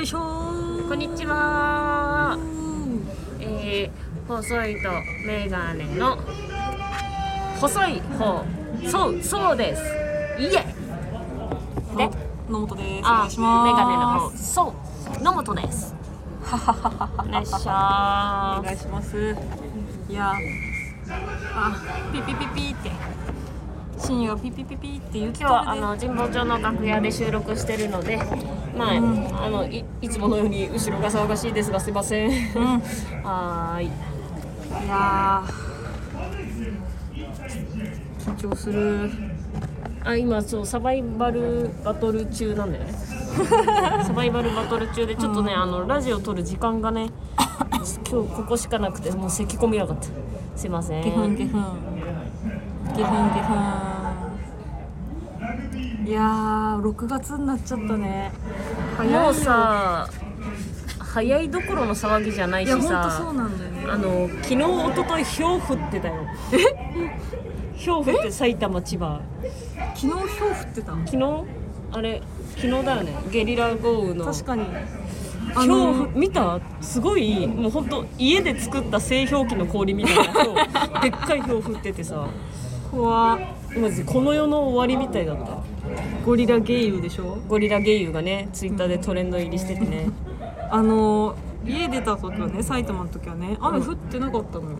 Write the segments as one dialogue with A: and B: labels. A: いしょー
B: こんにちは、
A: うん
B: えー、細いとメガネの細い方そうそうですいえで
A: 野本ですお
B: あ
A: 願いします
B: メガネの方そう野本ですお願いし
A: お
B: ま
A: 願いしますいやあピピピピって深夜がピピピピって言って
B: 今日はあの神保町の楽屋で収録してるのでまあ、あのいいつものように後ろが騒がしいですがすいません、
A: ん
B: はーい
A: いやー緊張する
B: あ今そうサバイバルバトル中なんだ よねサバイバルバトル中でちょっとね、あのラジオ撮る時間が ね今日ここしかなくてもう咳き込みやがったすいません
A: ゲフンゲフンゲフンゲフンいやー6月になっちゃったね早いよ
B: もうさ早いどころの騒ぎじゃない
A: い
B: し
A: や
B: さ
A: ほんとそうなんだよね
B: あの昨日一昨日ひょう降ってたよえひょう降って埼玉千葉
A: 昨日ひょう降ってた
B: 昨日あれ昨日だよねゲリラ豪雨の
A: 確かにあの
B: 今日見たすごいもうほんと家で作った製氷機の氷みたいな今日 でっかい氷降っててさ
A: 怖
B: マジこの世の終わりみたいだった
A: ゴリラゲイユでしょ
B: ゴリラゲイユがねツイッターでトレンド入りしててね
A: あの家出た時はね埼玉の時はね雨降ってなかったのよ、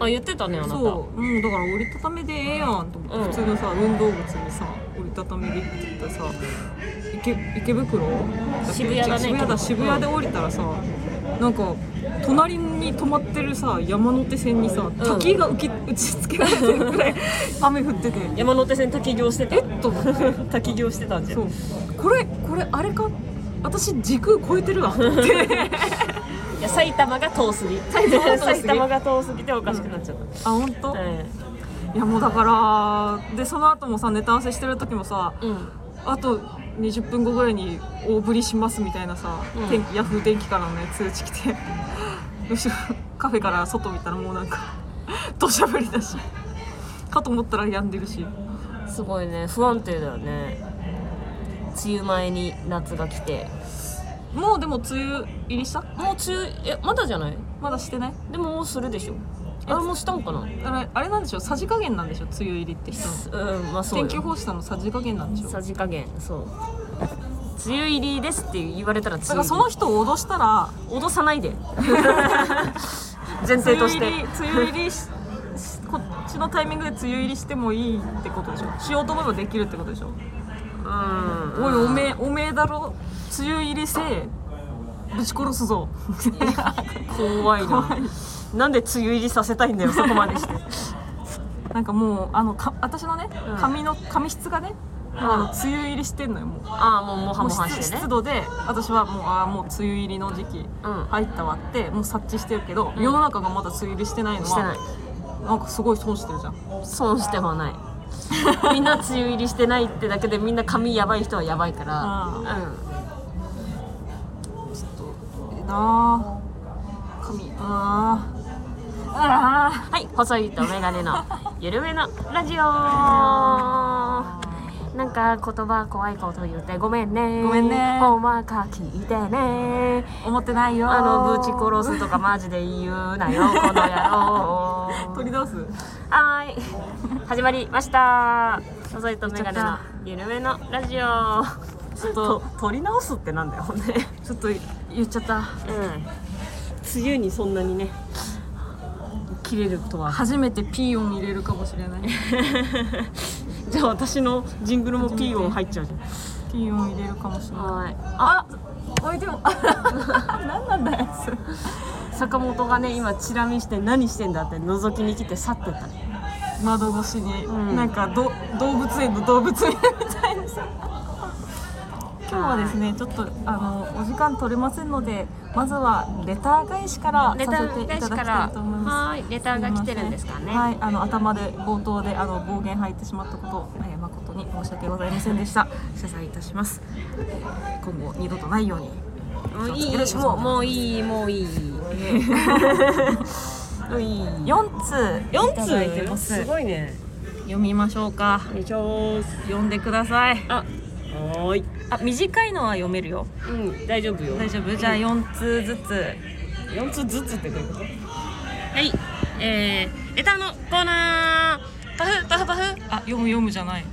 B: あ言ってたねあなた
A: そうもうだから折りたたみでええやんと思って、
B: うん
A: 普通のさ運動靴にさ折りたたみでって言ったらさ池池袋
B: 渋谷だね
A: 渋谷だ渋谷で降りたらさ、なんか隣に止まってるさ山手線にさ滝が浮き、打ちつけられてるくらい雨降ってて
B: 山手線滝行してた
A: えっと思って
B: 滝行してたんじゃん
A: そうこれこれあれか私時空超えてる わと思って
B: いや埼玉が遠すぎ
A: 埼玉が遠す
B: 埼
A: ぎ
B: 玉が遠すぎておかしくなっちゃっ
A: あ本当、
B: た、え
A: いやもうだからでその後もさネタ合わせしてる時もさ
B: えうん
A: あと20分後ぐらいに大降りしますみたいなさ、
B: うん
A: 天気ヤフー天気からのね通知来て 後ろカフェから外見たらもうなんか 土砂降りだしかと思ったら病んでるし
B: すごいね不安定だよね梅雨前に夏が来て
A: もうでも梅雨入りした
B: もう梅雨えまだじゃない
A: まだしてない
B: でももうするでしょあれもうしたんかな
A: あれあれなんでしょさじ加減なんでしょ梅雨入りって人の
B: うんまあそう
A: 天
B: よ
A: 気予報士さんのさじ加減なんでしょだ
B: さじ加減そう梅雨入りですって言われたら梅
A: から
B: 雨
A: そ
B: 入
A: の人を脅したら
B: り脅さない で前提
A: 梅
B: と
A: 雨
B: し
A: 入
B: て
A: り梅雨入りししこっちのタイミングで梅雨入りしてもいいってことでしょしようと思えばできるってことでしょ
B: うん
A: おいおめえおめえだろ梅雨入りせえぶち殺すぞ
B: 怖いななんで梅雨入りさせたいんだよそこまでして
A: なんかもうあのか私のね
B: うん
A: 髪の髪質がね、あの梅雨入りしてんのよもう
B: ああもうもは
A: もう
B: もは
A: 湿
B: してね
A: 湿度で私はもうああもう梅雨入りの時期
B: うん
A: 入ったわってもう察知してるけど、
B: うん
A: 世の中がまだ梅雨入りしてないのは
B: してない
A: なんかすごい損してるじゃん
B: 損しては ないみんな梅雨入りしてないってだけでみんな髪やばい人はやばいから
A: あ
B: う
A: ちょっとええなあ髪あーあー
B: んはい細いとメガネ のゆるめのラジオなんか言葉怖いこと言ってごめんね
A: ごめんね
B: ほんまか聞いてね
A: 思ってないよ
B: あのぶち殺すとかマジで言うなよ この野郎
A: 取り出す
B: はーい始まりました細いとメガネのゆるめのラジオちょっと取り直すってなんだよね
A: ちょっと言っちゃった
B: うん、梅雨にそんなにね切れるとは
A: 初めてピー音入れるかもしれない
B: じゃあ私のジングルもピー音入っちゃうじ
A: ピー音入れるかもしれ
B: ゃん
A: ない
B: はい
A: あおいでも何なんだよそれ
B: 坂本がね今チラ見して何してんだって覗きに来て去ってった
A: 窓越しに、
B: うん
A: なんかど動物園の動物園みたいにさ今日はですねちょっとあのお時間取れませんのでまずはレター返しから
B: レタ
A: させて
B: ー
A: い
B: 返
A: ただ
B: し
A: き
B: から
A: たいと思います
B: はいレターが来てるんですかね
A: はい、あの頭で冒頭であの暴言吐いてしまったこと、えー、誠に申し訳ございませんでした。謝罪いたします。今後二度とないように。
B: もういいもうもういいもういいもういい
A: 四通
B: 四
A: いただいてます。
B: ごいね
A: 読みましょうか。
B: よいしょー
A: 読んでください。
B: あはーい
A: あ短いのは読めるよ
B: うん大丈夫よ
A: 大丈夫じゃあ4通ずつ
B: 4つずつってどういうことはいえー、レターのコーナーパフパフパフ
A: あ読む読むじゃない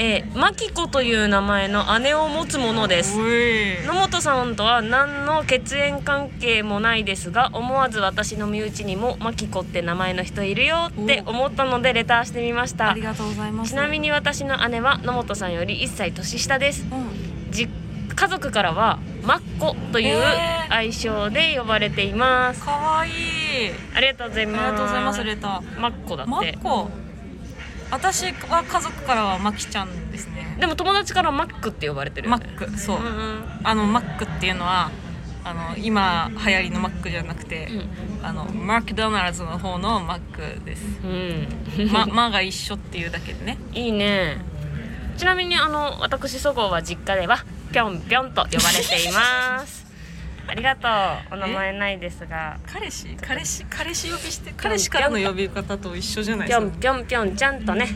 B: えー、マキコという名前の姉を持つものです
A: おい
B: 野本さんとは何の血縁関係もないですが思わず私の身内にもマキコって名前の人いるよって思ったのでレターしてみまし
A: あ
B: た
A: りがとうございます
B: ちなみ
A: に、
B: に私の姉は野本さんより1歳年下です
A: うん、
B: じ家族からはマッコという
A: えー
B: 愛称で呼ばれています、
A: かわいい
B: ありがとうござい
A: あり
B: ます
A: がとうございますレター
B: マッコだ
A: マ
B: っ
A: ッ
B: て
A: コ私は家族からはマキちゃんですね
B: でも友達からマックって呼ばれてる
A: マ
B: よね
A: ックそう、
B: うんうん
A: あのマックっていうのはあの今流行りのマックじゃなくて、あのマックドナルズの方のマックです。
B: うん、
A: ま、まが一緒っていうだけでね。
B: いいねちなみにあの私そごうは実家ではぴょんぴょんと呼ばれています ありがとうお名前ないですが
A: 彼氏、彼氏、彼氏呼びして、彼氏からの呼び方と一緒じゃない
B: ぴ
A: です
B: ょ
A: か
B: ん。ぴょんぴょんちゃんとね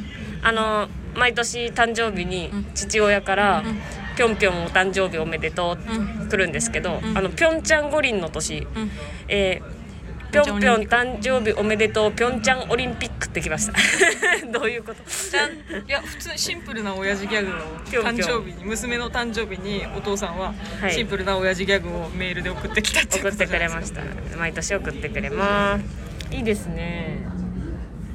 B: あの毎年誕生日に
A: うん
B: 父親から
A: うん
B: 「ぴょんぴょんお誕生日おめでとう」って
A: うん
B: 来るんですけど、
A: うん
B: あのぴょんちゃん五輪の年
A: うん、
B: えーぴょんぴょん誕生日おめでとうぴょんちゃんオリンピックってきました どういうこと
A: じゃん、いや、普通シンプルな親父ギャグを
B: ぴょん
A: 誕
B: ぴょん
A: 生日に、娘の誕生日に、お父さんは
B: は。い
A: シンプルな親父ギャグをメールで送ってきたっていう
B: 送
A: こ
B: っ
A: とじ
B: て
A: ゃ
B: く
A: ない
B: れ
A: ですか
B: ました毎年送ってくれますいいですね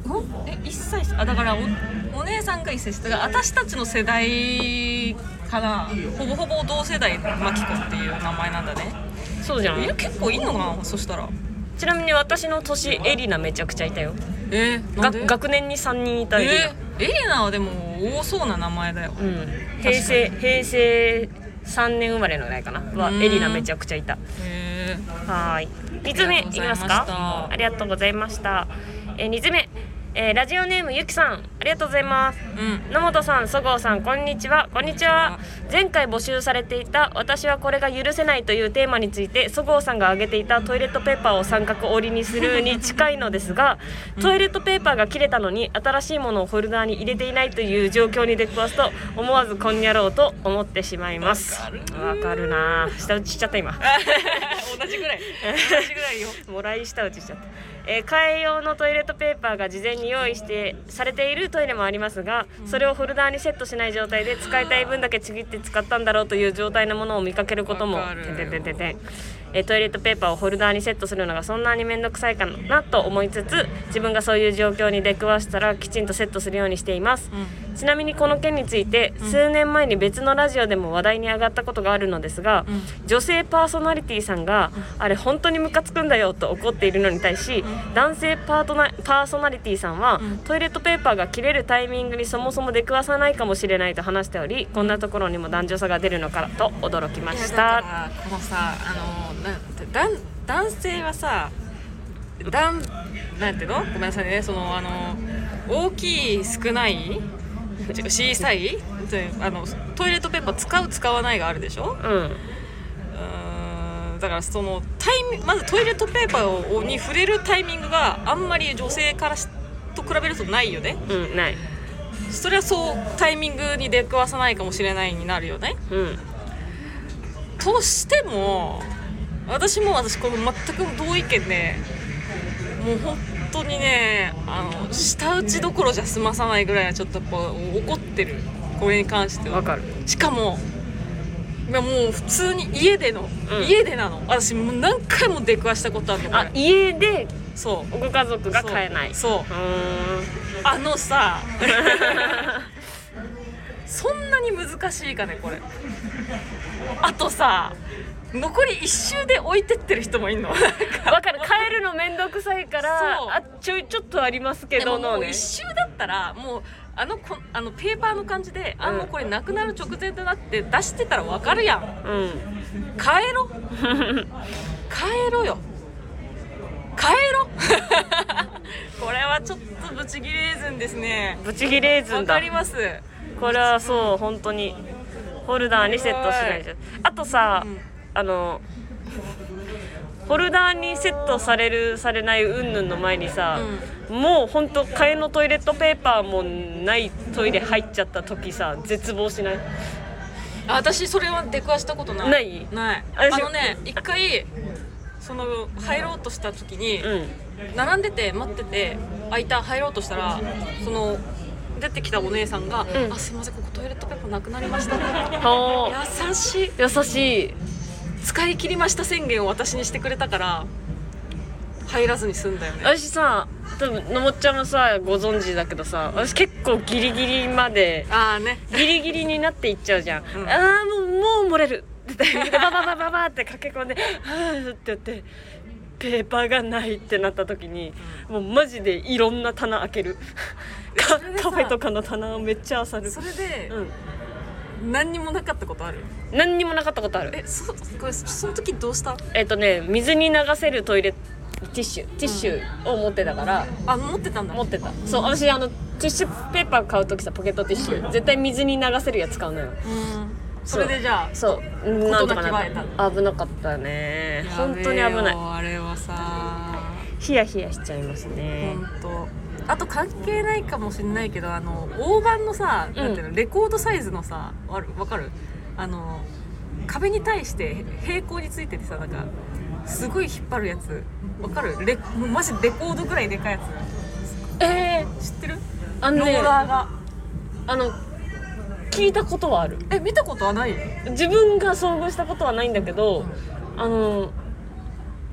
A: おえ一歳あだからおお姉さんが一歳下だから私たちの世代からほぼほぼ同世代のマキコっていう名前なんだね
B: そうじゃん
A: いや結構いいのかなそしたら
B: ちなみに私の年エリナめちゃくちゃいたよ
A: えー、
B: が学年に3人いたエリナ、
A: えー、エリナはでも多そうな名前だよ
B: うん平成平成3年生まれのぐらいかなは
A: うん
B: エリナめちゃくちゃいた
A: へえ
B: はーい2つ目いきますかあ
A: あ
B: りがとうございましたえー、2つ目、えーラジオネームゆきさんありがとうございます
A: うん
B: 野本さん、そごうさん、こんにちは。こんにちは。前回募集されていた、私はこれが許せないというテーマについて、そごうさんが挙げていたトイレットペーパーを三角折りにするに近いのですが、トイレットペーパーが切れたのに、新しいものをホルダーに入れていないという状況に出くわすと、思わずこんにゃろうと思ってしまいます。わかるなぁ。下打ちしちゃった今。
A: 同じぐらい 同じぐらいよ
B: もらい下打ちしちゃった、えー替え用のトイレットペーパーが事前に用意してされているトイレもありますがそれをホルダーにセットしない状態で使いたい分だけちぎって使ったんだろうという状態のものを見かけることも
A: わかる
B: てんてんてんてんてんえートイレットペーパーをホルダーにセットするのがそんなに面倒くさいかなと思いつつ自分がそういう状況に出くわしたらきちんとセットするようにしています、
A: う
B: ちなみにこの件について数年前に別のラジオでも話題に上がったことがあるのですが、女性パーソナリティさんが「あれ本当にムカつくんだよ」と怒っているのに対し男性パートナパーソナリティさんは
A: ん
B: トイレットペーパーが切れるタイミングにそもそも出くわさないかもしれないと話しておりこんなところにも男女差が出るのかと驚きま
A: いや
B: し
A: だ
B: た。
A: からこのさあのなんてだん男性はさだんなんていうのごめんなさいねそのあの大きい少ないち小さいであのトイレットペーパー使う使わないがあるでしょ
B: うん
A: うーんだからそのタイミングまずトイレットペーパーをに触れるタイミングがあんまり女性からしと比べるとないよね
B: うんない
A: それはそうタイミングに出くわさないかもしれないになるよね
B: うん
A: としても私も私これ全く同意見でもう本当にねあの舌打ちどころじゃ済まさないぐらいはちょっとやっぱ怒ってるこれに関して
B: わ
A: は
B: かる
A: しかもいやもう普通に家での、
B: うん
A: 家でなの私もう何回も出くわしたことあるのこ
B: あ
A: れ
B: 家で
A: そう
B: ご家族が買えない
A: そうそう
B: うー
A: あのさそんなに難しいかねこれあとさ残り1周で置いてってる人もいんのなん
B: んわかる買えるの面倒くさいから
A: そう
B: あちょいちょっとありますけ
A: でも
B: ど
A: も
B: の
A: う
B: ね
A: 1周だったらもうあのこあのペーパーの感じで、あ
B: うん
A: もうこれなくなる直前だなって出してたら分かるや
B: う
A: ん
B: ん
A: 変え ろ変えろよ変えろ これはちょっとブチギレーズンですね
B: ブチギレーズ
A: わ
B: ンだ
A: かります
B: これはそう本当にホルダーにセットしないとあとさ、
A: うん
B: あのホルダーにセットされるされない云々の前にさ、もう本当替えのトイレットペーパーもないトイレ入っちゃった時さ絶望しない
A: あ私それは出くわしたことない
B: ない
A: ない
B: 私
A: あのね一回その入ろうとした時に、
B: うん
A: 並んでて待ってて空いた入ろうとしたらその出てきたお姉さんが「
B: うん
A: あすいませんここトイレットペーパーなくなりました」
B: はあ
A: 優しい
B: 優しい
A: 使い切りました宣言を私にしてくれたから入らずに済んだよね
B: 私さ多分のもっちゃんもさご存知だけどさ私結構ギリギリまで
A: ああね
B: ギリギリになっていっちゃうじゃん、
A: うん
B: ああもうもう漏れるって言ってバババババって駆け込んで「ああ」ってやってペーパーがないってなった時に、もうマジでいろんな棚開けるか
A: それでさ
B: カフェとかの棚をめっちゃ漁る
A: それで
B: うん
A: 何にもなかったことある
B: 何にもなかったことある
A: えそこれその時どうした
B: えっ、とね水に流せるトイレティッシュティッシュを持ってたから、
A: あ持ってたんだ
B: 持ってたそう私あのティッシュペーパー買う時さポケットティッシュ絶対水に流せるやつ買うのよ
A: うんそれでじゃあ
B: そうなんとか
A: 事な
B: な
A: きを
B: った危なかったね本当に危
A: やべえ
B: ない
A: よあれはさ
B: ヒヤヒヤしちゃいますね
A: 本当あと関係ないかもしれないけどあの大判のさ、なんていうのレコードサイズのさわるわかるあの壁に対して平行についててさなんかすごい引っ張るやつわかるレもうマジレコードぐらいでかいや
B: えー、
A: つ知ってる
B: あ
A: ロ
B: のね
A: ーラーが
B: あの聞いたことはある
A: え見たことはない
B: 自分が遭遇したことはないんだけどあの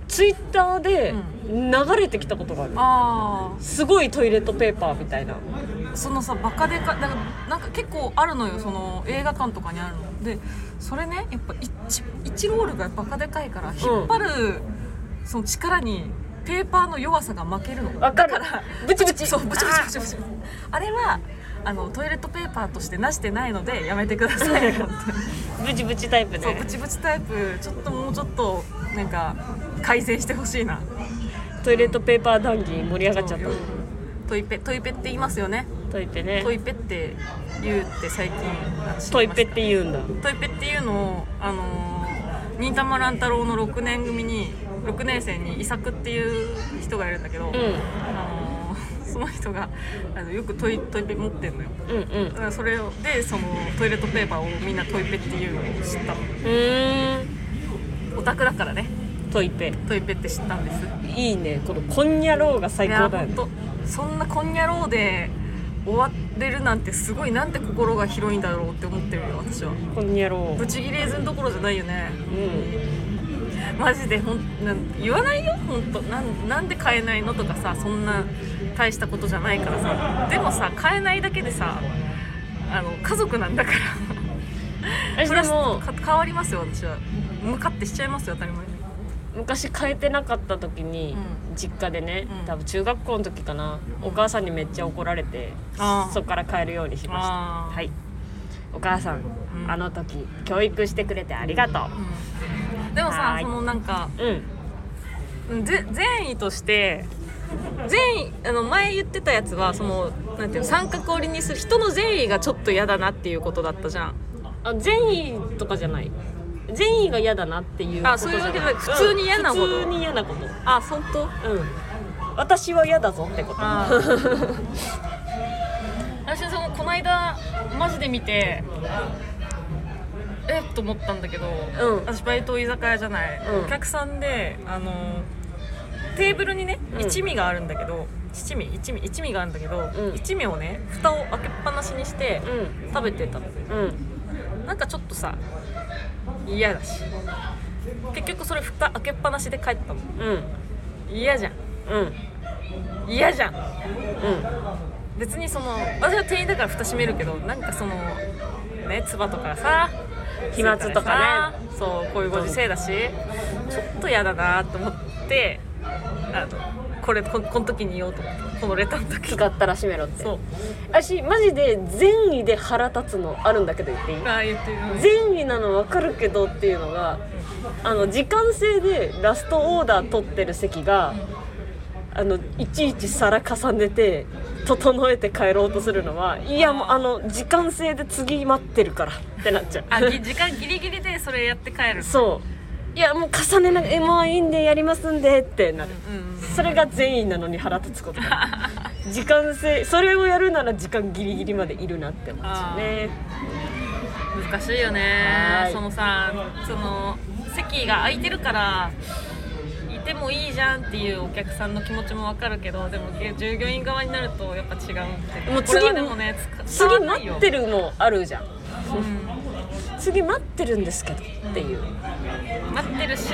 B: ツイッターで流れてきたことがある、
A: あ
B: すごいトイレットペーパーみたいな
A: あそのさバカでかだからなんか結構あるのよその映画館とかにあるのでそれねやっぱ 1, 一ロールがバカでかいから引っ張る、その力にペーパーの弱さが負けるの
B: わかる
A: だから
B: ブチブチ
A: そうブチブチブチブチあれはあのトイレットペーパーとしてなしてないのでやめてください本当に
B: ブチブチタイプ
A: そう
B: ね
A: ブチブチタイプちょっともうちょっとなんか改善してほしいな
B: トイレットペーパー談義盛り上がっちゃった
A: トイペトイペって言いますよね
B: トイペね
A: トイペって言うって最近あ知
B: ト
A: り
B: イ
A: ま
B: ペ
A: し
B: ったて言うんだ
A: トイペっていうのをあのー忍たま乱太郎の6年組に6年生に伊作っていう人がいるんだけど、
B: う
A: あのーその人があのよくトイトイペ持ってんのよ
B: んうんうん
A: だからそれをでそのトイレットペーパーをみんなトイペっていうのを知ったの
B: うーん
A: オタクだからね
B: トイペ
A: トイペって知ったんです
B: いいねこの「こんにゃろう」が最
A: い
B: 高
A: や
B: だよ
A: 本
B: ね
A: 当そんなこんにゃろうで終われるなんてすごいなんて心が広いんだろうって思ってるよ私は
B: こんにゃろ
A: ブチギレーズンどころじゃないよね
B: ううん
A: マジでほんなん言わないよ本当なんなんで買えないのとかさそんな大したことじゃないからさでもさ買えないだけでさあの家族なんだから
B: 私でも
A: プラスか変わりますよ私は向かってしちゃいますよ当たり前に
B: 昔変えてなかった時に実家でね
A: うん
B: 多分中学校の時かなお母さんにめっちゃ怒られて
A: あー
B: そっから変えるようにしました
A: あー
B: はいお母さん
A: ん
B: あの時教育してくれてありがと
A: でも
B: は
A: さ
B: ーい
A: そのなんか
B: ううん
A: ぜ善意として善意あの前言ってたやつはそのなんていうの三角折りにする人の善意がちょっと嫌だなっていうことだったじゃん
B: あ善意とかじゃない善意が嫌だなっていう
A: あ
B: ことじゃ
A: そういうわ
B: な
A: けじゃない普通に嫌なこと
B: 普通に嫌なことう
A: あ本
B: ん
A: 当
B: 私は嫌だぞってこと
A: あー私そのこの間マジで見てえっと思ったんだけど、
B: うん
A: 私バイト居酒屋じゃない、
B: うん
A: お客さんであのテーブルにね
B: うん
A: 一味があるんだけど、七味一味一味があるんだけど、
B: うん
A: 一味をね蓋を開けっぱなしにして
B: う
A: 食べてたの
B: んうん
A: なんかちょっとさ嫌だし結局それ蓋開けっぱなしで帰ったの
B: うん
A: 嫌じゃん
B: うん
A: 嫌じゃん
B: う
A: 別にその私は店員だから蓋閉めるけどなんかそのね唾とかさ
B: 飛沫とかね
A: それらさそうこういうご時世だしちょっと嫌だなと思ってあのこれここの時に言おうと思ったこのレターの時
B: ん、使ったら閉めろって
A: そう
B: 私マジで善意で腹立つのあるんだけど言っていい
A: ああ言ってるのに
B: 善意なの分かるけどっていうのがあの時間制でラストオーダー取ってる席があのいちいち皿重ねて整えて帰ろうとするのはいやもうあの時間制で次待ってるからってなっちゃう
A: あぎ時間ギリギリでそれやって帰るの
B: そういやもう重ねなくえもういいんでやりますんでってなる
A: うんうん
B: それが善意なのに腹立つこと だ時間制それをやるなら時間ギリギリまでいるなって思っちゃうね
A: 難しいよ
B: は
A: ね
B: い
A: そのさその席が空いてるからいてもいいじゃんっていうお客さんの気持ちもわかるけどでも従業員側になるとやっぱ違う
B: もう次
A: これはでもねつか
B: 次
A: 伝わんない
B: 待
A: よ
B: ってるのあるじゃん
A: うん
B: 次待ってるんですけどっていう
A: 待ってるし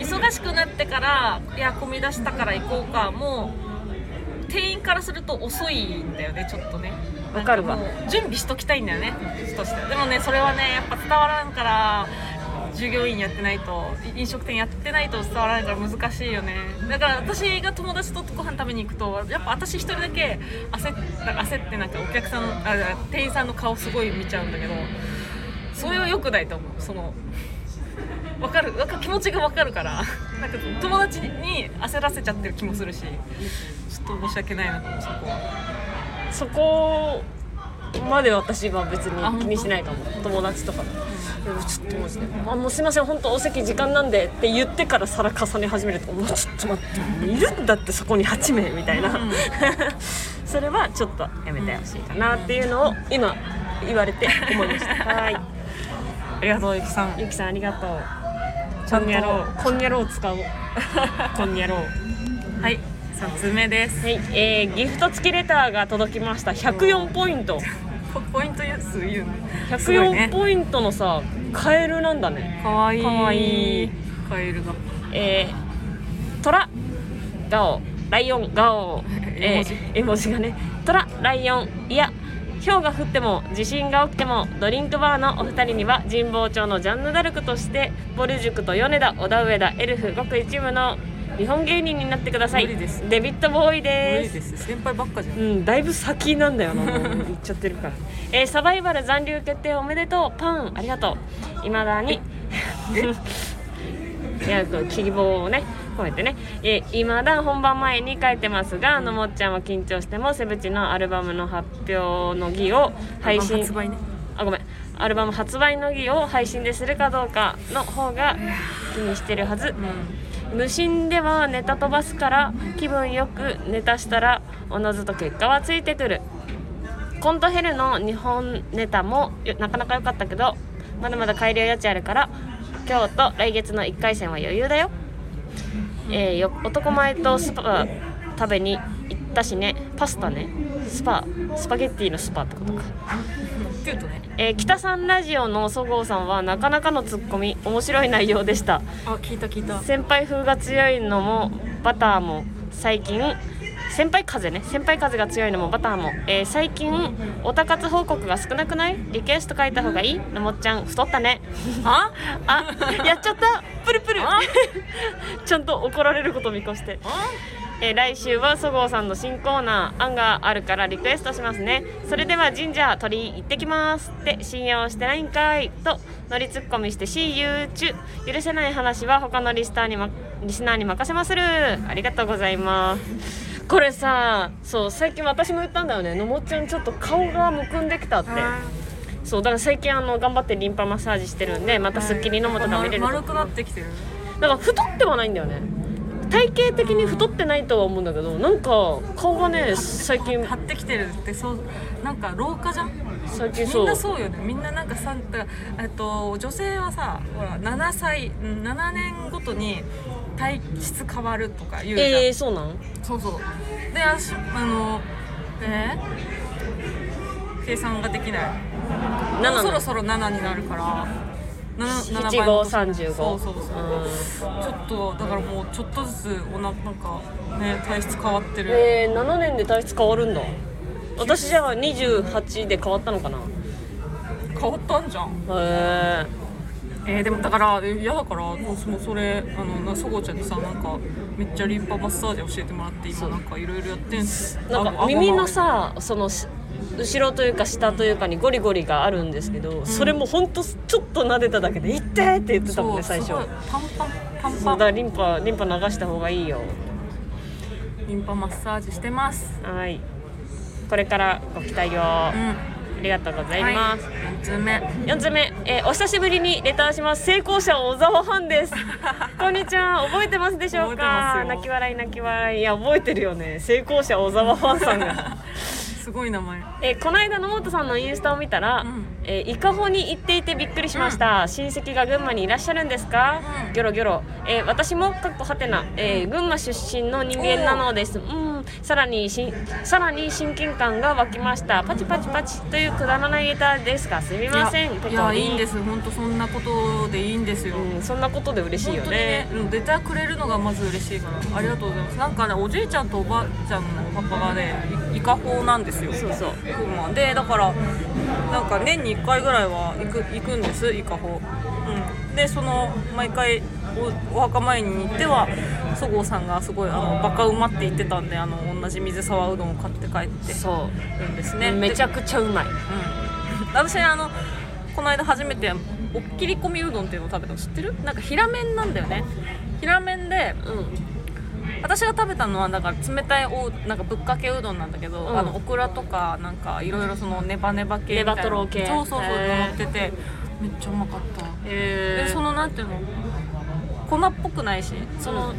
A: 忙しくなってからいや混み出したから行こうかもう店員からすると遅いんだよねちょっとね
B: わかるわ
A: なんもう準備しときたいんだよねこっちとしてはでもねそれはねやっぱ伝わらんから従業員やってないと飲食店やってないと伝わらないから難しいよねだから私が友達とご飯食べに行くとやっぱ私一人だけ焦っ焦ってなんかお客さんあ店員さんの顔すごい見ちゃうんだけどそれは良くないと思うそのわかるわか気持ちがわかるからなんか友達に焦らせちゃってる気もするしちょっと申し訳ないなと思うそこは
B: そこまで私は別
A: あ
B: に
A: 本当
B: 気にしないかも友達とかででもちょっとマジで「あもうすいません本当お席時間なんで」って言ってから皿重ね始めると「もうちょっと待っているんだってそこに8名」みたいな、
A: ん
B: それはちょっとやめてほしいかなっていうのを今言われて思い ましたはい
A: ありがとうゆきさん
B: ゆきさんありがとう
A: ち
B: こ
A: ゃ
B: ん
A: んと
B: にゃろうこんにゃろう使おう こんにゃろう
A: はい3つ目です
B: はい、えーギフト付きレターが届きました104ポイント
A: ポポイント数言うのすごい
B: 104
A: ね
B: ポイントのさカエルなんだね、
A: かわいい
B: かわいい
A: カエルが
B: えー、トラガオライオンガオ、えー、絵文字がねトラライオンいや氷が降っても地震が起きてもドリンクバーのお二人には神保町のジャンヌ・ダルクとしてぼる塾と米田小田上田エルフごく一部の日本芸人になってください
A: 無理です
B: デビッド・ボーイ
A: 無
B: で
A: 理
B: す
A: です先輩ばっかじゃん
B: うん、だいぶ先なんだよな、もう言っちゃってるから。 えーサバイバル残留決定おめでとう、パン、ありがとう。いまだに。 いや、こう希望をね、込めてね。えー、いまだ本番前に書いてますが、あのもっちゃんは緊張しても、セブチのアルバムの発表の儀を配信。
A: 発売ね
B: あごめんアルバム発売の儀を配信でするかどうかの方が気にしてるはず、無心ではネタ飛ばすから気分よくネタしたらおのずと結果はついてくるコントヘルの日本ネタもよなかなか良かったけどまだまだ改良余地あるから今日と来月の1回戦は余裕だよえーよ男前とスパ食べに行ったしねパスタねスパスパゲッティのスパってことか
A: キュートね
B: えー北さんラジオのそごうさんはなかなかのツッコミ面白い内容でした
A: あ聞いた聞いた
B: 先輩風が強いのもバターも最近先輩風ね先輩風が強いのもバターも、えー最近オタ活報告が少なくないリクエスト書いた方がいいのもっちゃん太ったね
A: あ
B: あやっちゃったプルプル
A: あ
B: ちゃんと怒られること見越して
A: あ
B: えー来週はそごうさんの新コーナー案があるからリクエストしますねそれでは神社鳥居行ってきますって信用してないんかいと乗りツッコミして See you 中許せない話は他のリスターに、ま、リスナーに任せまするありがとうございますこれさそう最近私も言ったんだよねのもっちゃんちょっと顔がむくんできたってそうだから最近あの頑張ってリンパマッサージしてるんでまた『スッキリ』のもとが見れると
A: 丸丸くなってきてる
B: だから太ってはないんだよね体型的に太ってないとは思うんだけどなんか顔がね最近
A: 張ってきてるってそうなんか老化じゃん
B: 最近
A: みん
B: そう
A: なそうよねみんななんかさだからえっと女性はさほら7歳うん7年ごとに体質変わるとか言うじゃん、
B: えー、そうなん
A: そうそうであしあのえー計算ができないもう
B: 7
A: そ
B: の
A: ろそろ7になるから7 7
B: 7五
A: 倍の
B: 三十
A: そ
B: 五
A: うそうそうちょっとだからもうちょっとずつおななんかね体質変わってる、
B: えー、7年で体質変わるんだ私じゃあ28で変わったのかな
A: 変わったんじゃん
B: へ
A: えー、でもだからえ嫌だからもうそもうそれあのなそごうちゃんにさなんかめっちゃリンパマッサージ教えてもらって今なんかいろいろやってんす
B: えなんか
A: あ
B: 耳のさそのし後ろというか下というかにゴリゴリがあるんですけど、それもほんとちょっと撫でただけで「痛って!」って言ってたもんね最初
A: そうすごいパンパンパン
B: そうだか
A: パ
B: ら
A: ン
B: リンパリンパ流した方がいいよ
A: リンパマッサージしてます
B: はい。これからご期待を。
A: うん
B: あ
A: は
B: りがとうございます。
A: 4つ目
B: 四、つ目、えーお久しぶりにレターします。成功者小沢藩です。こんにちは。覚えてますでしょう
A: 覚えてます
B: か。
A: よ
B: 泣き笑い泣き笑い。いや覚えてるよね。成功者小沢藩さんが。
A: すすごい名前
B: えーこの間野本さんのインスタを見たら、
A: うん
B: えーイカホに行っていてびっくりしました、親戚が群馬にいらっしゃるんですか、
A: うん
B: ギョロギョロ、えー私もかっこはてな、えー群馬出身の人間なのですうんさらにしんさらに親近感が湧きましたパチパチパチというくだらないネタですがすみ
A: い
B: ません、
A: いやいいんですす本当そんなことでいいんですよ、
B: うん、そんなことで嬉しい
A: 本
B: よ
A: 当に
B: ね
A: ねうんデータくれるのがまず嬉しいからありがとうございますなんかねおじいちゃんとおばあちゃんのパパがねいイカホなんですよ
B: そうそう
A: 群馬でだからなんか年に1回ぐらいは行く行くんですイカホ、うん、でその毎回おお墓参りに行ってはそごうさんがすごいあのバカ馬って言ってたんであの同じ水沢うどんを買って帰って
B: そ
A: るんです
B: う、
A: ね
B: めちゃ
A: で
B: くちゃうまい
A: うん、私あのこの間初めておっきり込みうどんっていうのを食べたの知ってるなんか平麺なんだよね平麺で
B: う
A: 私が食べたのはだから冷たいおなんかぶっかけうどんなんだけど、
B: うん
A: あのオクラとかなんかいろいろそのネバネバ系みたいな
B: ネバトロ系
A: そうそうそう
B: へー
A: 乗っててめっちゃうまかった
B: んえ
A: で
B: ー、
A: そのなんていうの粉っぽくないしその、
B: うん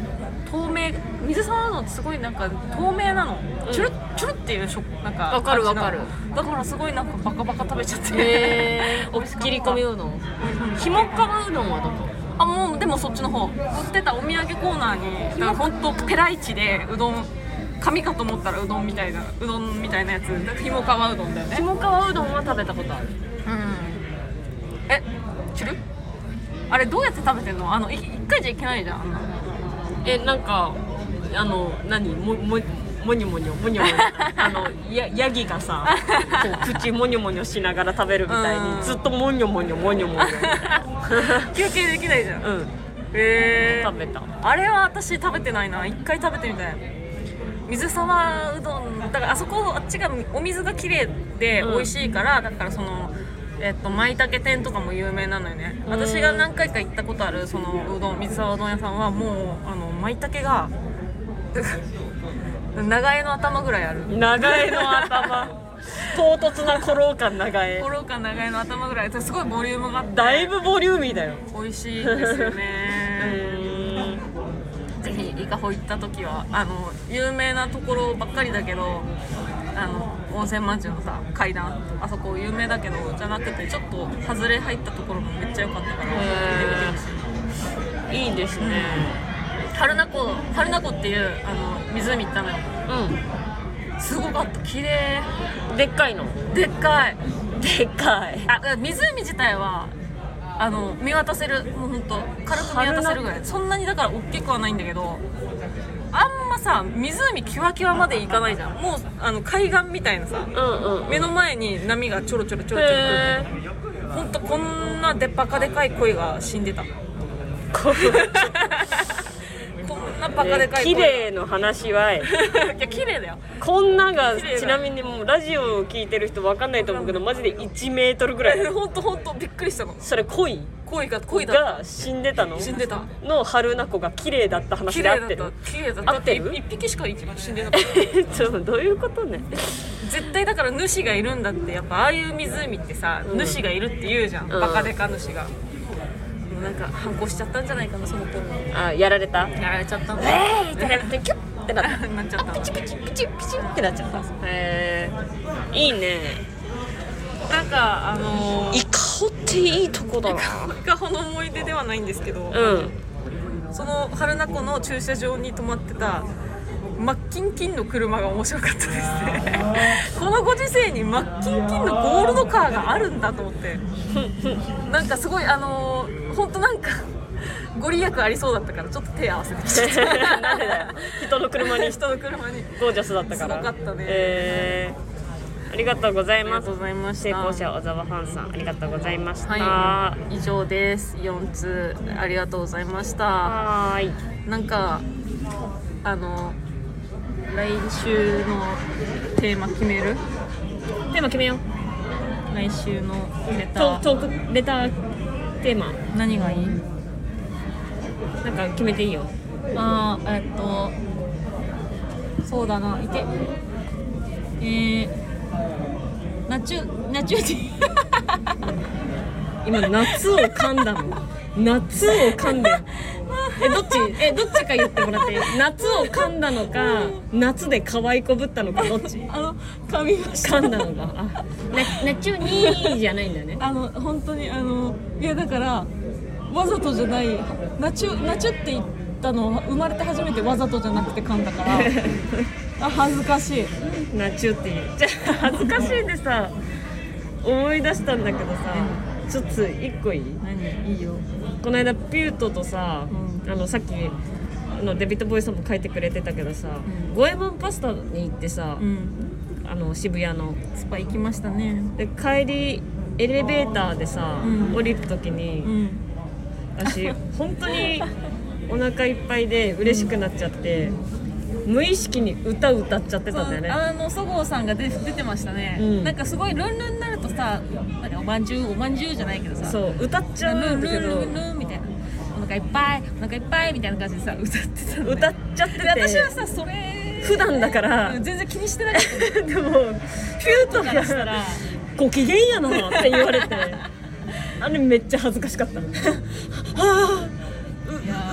A: 透明水沢うどんってすごいなんか透明なの、
B: うん
A: チュルッチュルッっていう食なんか
B: わかる
A: 味なの
B: わかる
A: だからすごいなんかバカバカ食べちゃって、
B: えー、
A: 美
B: お
A: 味しかった
B: 切り込みうどんひもかわうどんはどこ
A: あもうでもそっちの方売ってたお土産コーナーにだから本当ペライチでうどん紙かと思ったらうどんみたいなうどんみたいなやつだからひもかわうどんだよ
B: ひ
A: ね
B: もかわうどんは食べたことある
A: うんえチュルあれどうやって食べてんのあのい一回じゃいけないじゃんあんな
B: えなんかあの何もももにょもにょもに ょもにょあのやヤギがさこう口もにょもにょしながら食べるみたいに、
A: うん
B: ずっともにょもにょもにょもにょ、
A: 休憩できないじゃん
B: うん、
A: へえ
B: 食べた
A: あれは私食べてないな一回食べてみたい水沢うどんだからあそこあっちがお水が綺麗で
B: うん
A: 美味しいから、だからそのえっと舞茸店とかも有名なのよね
B: うん
A: 私が何回か行ったことあるそのうどん水沢うどん屋さんはもうあの舞茸が 長江の頭ぐらい ある
B: 長江の頭唐突な古老感長江
A: 五郎か長江の頭ぐらいすごいボリュームがあって
B: だいぶボリューミーだよ
A: 美味しいですよ
B: う
A: ね
B: ーん
A: ぜひ伊香保行った時はあの有名なところばっかりだけどあの温泉まんじゅうのさ階段あそこ有名だけどじゃなくてちょっと外れ入ったところもめっちゃ良かったから行ってみてほしい
B: いいですね
A: 春名湖春名湖っていうあの湖行ったのよ
B: う
A: すごかった綺麗
B: んでっかいの
A: でっかい
B: でっかい
A: あ湖自体はあの見渡せるもうほんと軽く見渡せるぐらいそんなにだから大きくはないんだけどあんまさ湖キワキワまで行かないじゃんもうあの海岸みたいなさ
B: うんうん
A: 目の前に波がちょろちょろちょろちょろ
B: へー
A: ほんとこんなでっぱかでかい鯉が死んでたこ
B: こ
A: んなバカでかい
B: 綺
A: 鯉が
B: 麗の話はい
A: いや綺麗だよ
B: こんなが
A: 綺麗だ
B: ちなみにもうラジオを聞いてる人わかんないと思うけどマジで1メートルぐらい
A: ほんとほんとびっくりしたの
B: それ恋
A: 鯉が鯉だ
B: が死んでたの
A: 死んでた
B: の春菜子が綺麗だった話
A: 綺
B: で合
A: 麗
B: っ
A: だって
B: る
A: た綺麗だっただ
B: 合
A: って
B: ってる
A: 一匹しか死んでなかった
B: ちょっとどういうことね
A: 絶対だから主がいるんだってやっぱああいう湖ってさ、
B: うん
A: 主がいるって言うじゃん、
B: うん
A: バカデカ主がもうなんか反抗しちゃったんじゃないかなその子に
B: あやられた
A: やられちゃったの
B: えーってなってキュッてなった
A: なっちゃった
B: ピチピチピチピチってなっちゃったへえいいね
A: なんかあのー、
B: イカホっていいとこだな
A: イカホの思い出ではないんですけど、
B: うん
A: その春名湖の駐車場に止まってたマッキンキンの車が面白かったですね このご時世にマッキンキンのゴールドカーがあるんだと思ってなんかすごいあのー、ほんとなんかご利益ありそうだったからちょっと手合わせてきちゃっ
B: なんでだよ人の車に
A: た人の車に
B: ゴージャスだったから
A: すごかったね
B: えーありがとうござい
A: ありが
B: ます
A: とうございました
B: 成功者小沢ファンさんありがとうございましたは
A: はい以上です4通ありがとうございました
B: ーい
A: なんかあの来週のテーマ決める
B: テーマ決めよう
A: 来週のネ
B: ト
A: タ
B: トークレターテーマ
A: 何がいい
B: なんか決めていいよ
A: あーえっとそうだないてえー、ナチュナチュティ
B: 今夏を噛んだの夏を噛んでえどっち えどっちか言ってもらっていい夏を噛んだのか夏で可愛いこぶったのかどっち
A: あの噛みました
B: 噛んだのかあねねチュニーじゃないんだね
A: あの本当にあのいやだからわざとじゃないナチュナチュって言ったの生まれて初めてわざとじゃなくて噛んだ からあ恥ずかしい
B: ナチュっていうじゃあ恥ずかしいんでさ思い出したんだけどさちょっと一個いい
A: 何いいよ
B: この間ピュートとさ、
A: う
B: あのさっきあのデビットボーイさんも書いてくれてたけどさ、
A: うん
B: 五右衛門パスタに行ってさ、
A: ん
B: あの渋谷の
A: スパ行きましたね
B: で帰りエレベーターでさ、
A: うん
B: 降りる時に、
A: ん
B: 私本当にお腹いっぱいで嬉しくなっちゃって、無意識に歌歌っちゃってたんだよね
A: あのそごうさんが出出てましたね、
B: うん
A: なんかすごいルンルンになるとさなんかおまんじゅうおまんじゅうじゃないけどさ
B: そうう歌っちゃ
A: ル
B: う
A: ン
B: んだけ
A: ルン
B: ど
A: ルンルンみたいなお腹いっぱいお腹いっぱいみたいな感じでさ歌ってたのね
B: 歌っちゃってて
A: で私はさそれ
B: 普段だから
A: 全然気にしてないけ ど
B: でもピュート
A: から
B: が
A: したら
B: ご機嫌やなって言われてあれめっちゃ恥ずかしかったあ
A: いや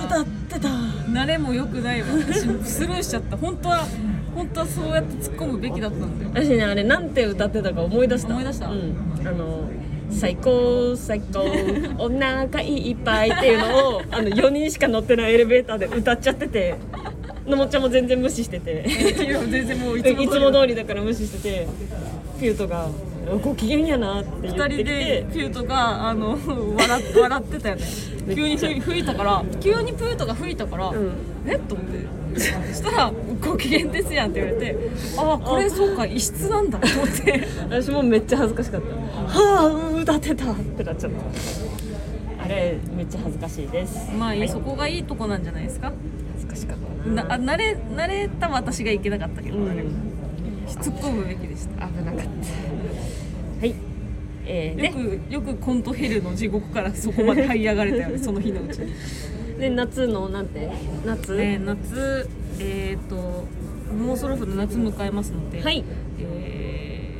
B: あ
A: ー
B: 歌ってた
A: 慣れも良くないわ私もスルーしちゃった本当は本当はそうやって突っ込むべきだったんだよ
B: 私ねあれなんて歌ってたか思い出した
A: 思い出した
B: うん、あの最高最高お腹いっぱいっていうの をあの4人しか乗ってないエレベーターで歌っちゃっててのもっちゃんも全然無視してて
A: いや全然もうい
B: い
A: つも
B: つも通りだから無視しててピュートが「ご機嫌やな」って言っ
A: 2人
B: てき
A: で
B: て
A: ピュートがあ の笑っ笑ってたよね
B: めっ
A: 急に
B: ちゃ
A: ふい吹いたから急にプートが吹いたから、
B: ん
A: えっと思 ってそしたら「ご機嫌ですやん」って言われてああこれそうか異質なんだと思 って
B: 私もめっちゃ恥ずかしかった「はあ歌ってた」ってなっちゃったあれめっちゃ恥ずかしいです
A: まあいい、
B: はい
A: そこがいいとこなんじゃないですか
B: 恥ずかしかった
A: なあ慣れ慣れた私がいけなかったけど、
B: うん
A: あれも突っ込むべきでした
B: 危なかったはいえー、
A: よ
B: ね
A: くよくコントヘルの地獄からそこまで這い上がれた よねその日のうちに、
B: で夏のなんて夏、
A: えー夏えっ、ともうそろそろ夏迎えますので、
B: はい
A: え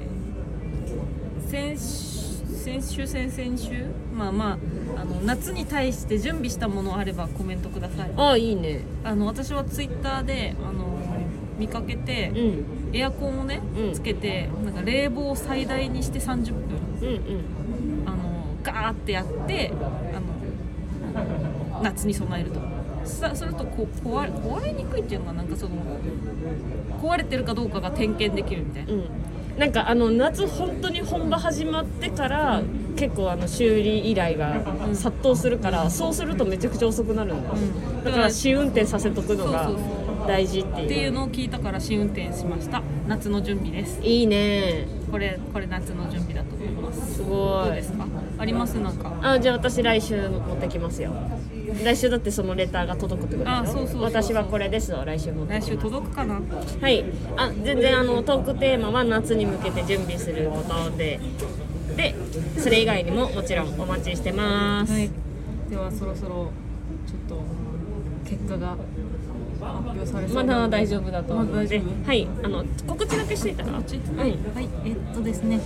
A: ー先週先週先々週まあまああの夏に対して準備したものあればコメントください
B: ああいいね
A: あの私はツイッターであの見かけて、
B: うん
A: エアコンをね、
B: うん
A: つけてなんか冷房を最大にして30分
B: うんうん
A: あのガーってやってあの夏に備えるとさするとこう壊れ壊れにくいっていうのがなんかその壊れてるかどうかが点検できるみたいな
B: うんなんかあの夏本当に本場始まってから結構あの修理依頼が殺到するから、そうするとめちゃくちゃ遅くなるんだよ、
A: うん
B: だから試運転させとくのが
A: そうそう
B: 大事っていう
A: っていうのを聞いたから試運転しました夏の準備です
B: いいね
A: これこれ夏の準備だと思います
B: すご
A: ど
B: い
A: うですかありますなんか
B: あじゃあ私来週持ってきますよ来週だってそのレターが届くってことでしょ
A: あそうそうそうそう
B: 私はこれですを来週持ってきま
A: 来
B: す
A: 週届くかな
B: はい、あ全然あのトークテーマは夏に向けて準備することででそれ以外にももちろんお待ちしてます、
A: はいではそろそろちょっと結果が発表されそう
B: ま
A: な
B: だ
A: ので
B: 大丈夫だと思う
A: まだ
B: の
A: 大丈
B: で、
A: 夫
B: はいあの告知だけしといたら
A: は
B: う
A: い
B: ん、
A: はい、えっとですね、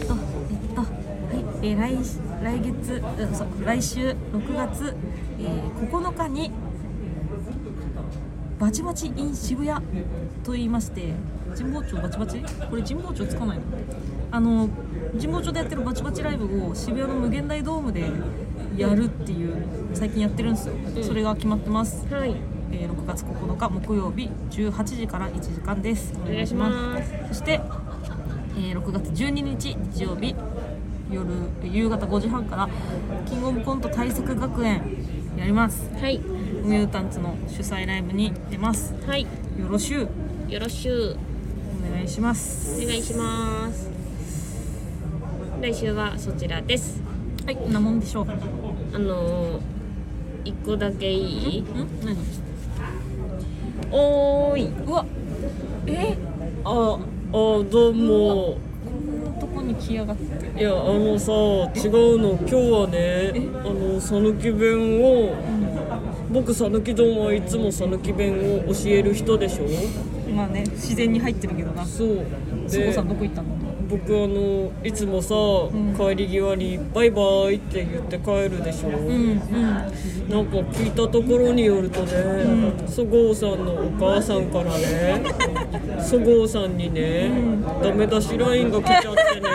A: えっと、えっと、はい、えー来し、来月、うん、そう、来週6月、えー、9日に。バチバチ in 渋谷と言いまして、神保町バチバチ、これ神保町つかないの。あの、神保町でやってるバチバチライブを渋谷の無限大ドームでやるっていう、最近やってるんですよ。
B: ん
A: それが決まってます。
B: はい
A: えー6月9日木曜日18時から1時間です
B: お願いします
A: そして、えー6月12日日曜日夜夕方5時半からキングオブコント対策学園やります
B: はい
A: ミュータンツの主催ライブに出ます
B: はい
A: よろしゅう
B: よろしゅ
A: お願いします
B: うお願いします来週はそちらです
A: はいこんなもんでしょううん
B: あのー、1個だけいい
A: 何
B: おーいう
A: わえ
B: ああどうも
A: こんなとこに来やがっ
B: い
A: て
B: やあのさ違うの今日はねあの讃岐弁を僕讃岐丼はいつも讃岐弁を教える人でしょ
A: まあね自然に入ってるけどな
B: そう
A: そこ
B: で
A: さんどこ行ったの
B: 僕あのいつもさ、帰り際に「バイバイ」って言って帰るでしょ、
A: うんうん
B: なんか聞いたところによるとね、そごうさんのお母さんからねそごうさんにね、ダメ出しラインが来ちゃってね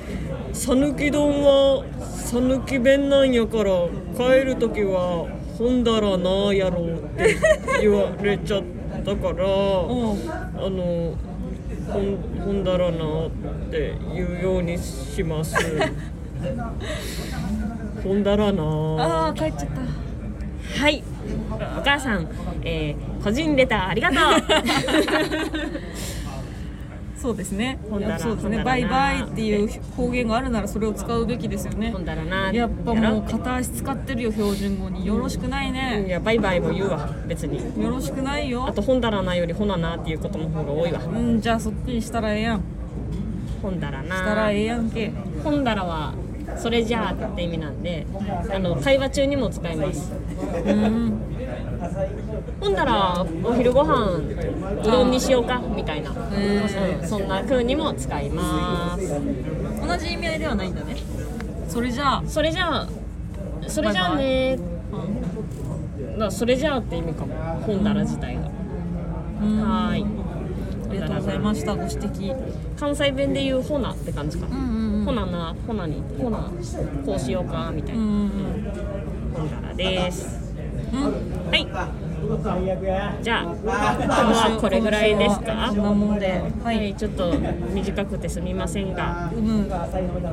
B: 「讃岐丼は讃岐弁なんやから帰る時は本だらなやろ」って言われちゃったから
A: おう
B: あの本本だらなって言うようにし ます。本だらな。
A: ああ帰っちゃった
B: はい。お母さん、えー、個人レターあり がとう。
A: そうですね
B: ほんだら
A: そうです
B: ほ
A: ね
B: んだ
A: バ
B: ら
A: イ
B: な
A: バイっていう方言があるならそれを使うべきですよね
B: ほんだらな。
A: やっぱもう
B: や
A: 片足使ってるよ標準語によろしくない
B: ろ。い
A: ね
B: やバイバイも言うわ別に。
A: よろしくない
B: あ
A: よ
B: とほんだらなよりほななっていうことの方が多いわ。
A: うんじゃあそっちにしたらええやんし
B: ほんだらな。
A: たらええやんけ
B: ほんだらはそれじゃあって意味なんで、あの会話中にも使います。
A: うん
B: ほんだらお昼ご飯うどんにしようかみたいな。うんそんな風にも使います。
A: 同じ意味合いではないんだねそれじゃあ
B: それじゃあそれじゃあねだからそれじゃあって意味かも本棚自体が、
A: うんあ
B: はーい
A: りがとうございましたご指摘
B: 関西弁で言う「ほな」って感じか
A: う
B: な、
A: んうん
B: ほななほなにほなこうしようかみたい
A: うんう
B: なん本棚です
A: うんうん
B: はいじゃあ今日はこれぐらいですか
A: こんなもんで
B: は、
A: はいい
B: ちょっと短くてすみませんが
A: うん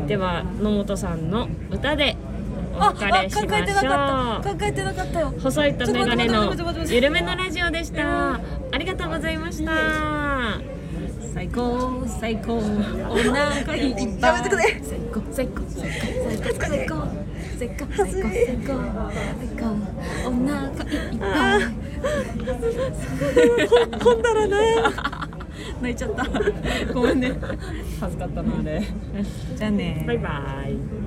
B: では野本さんの歌でお
A: あ、あ
B: 別
A: 考
B: れ
A: え
B: しま
A: て
B: し
A: な
B: ょ
A: か
B: う
A: った考えてなかったよ
B: 細いとメガネの緩めのラジオでした。ありがとうございました。
A: 最高最高お腹いっぱいやめてくれ最高最高最高最高最高最高最高最高お腹いっぱ いほんだらな泣いちゃったごめんね恥ずかったなあれじゃあね
B: バイバイ。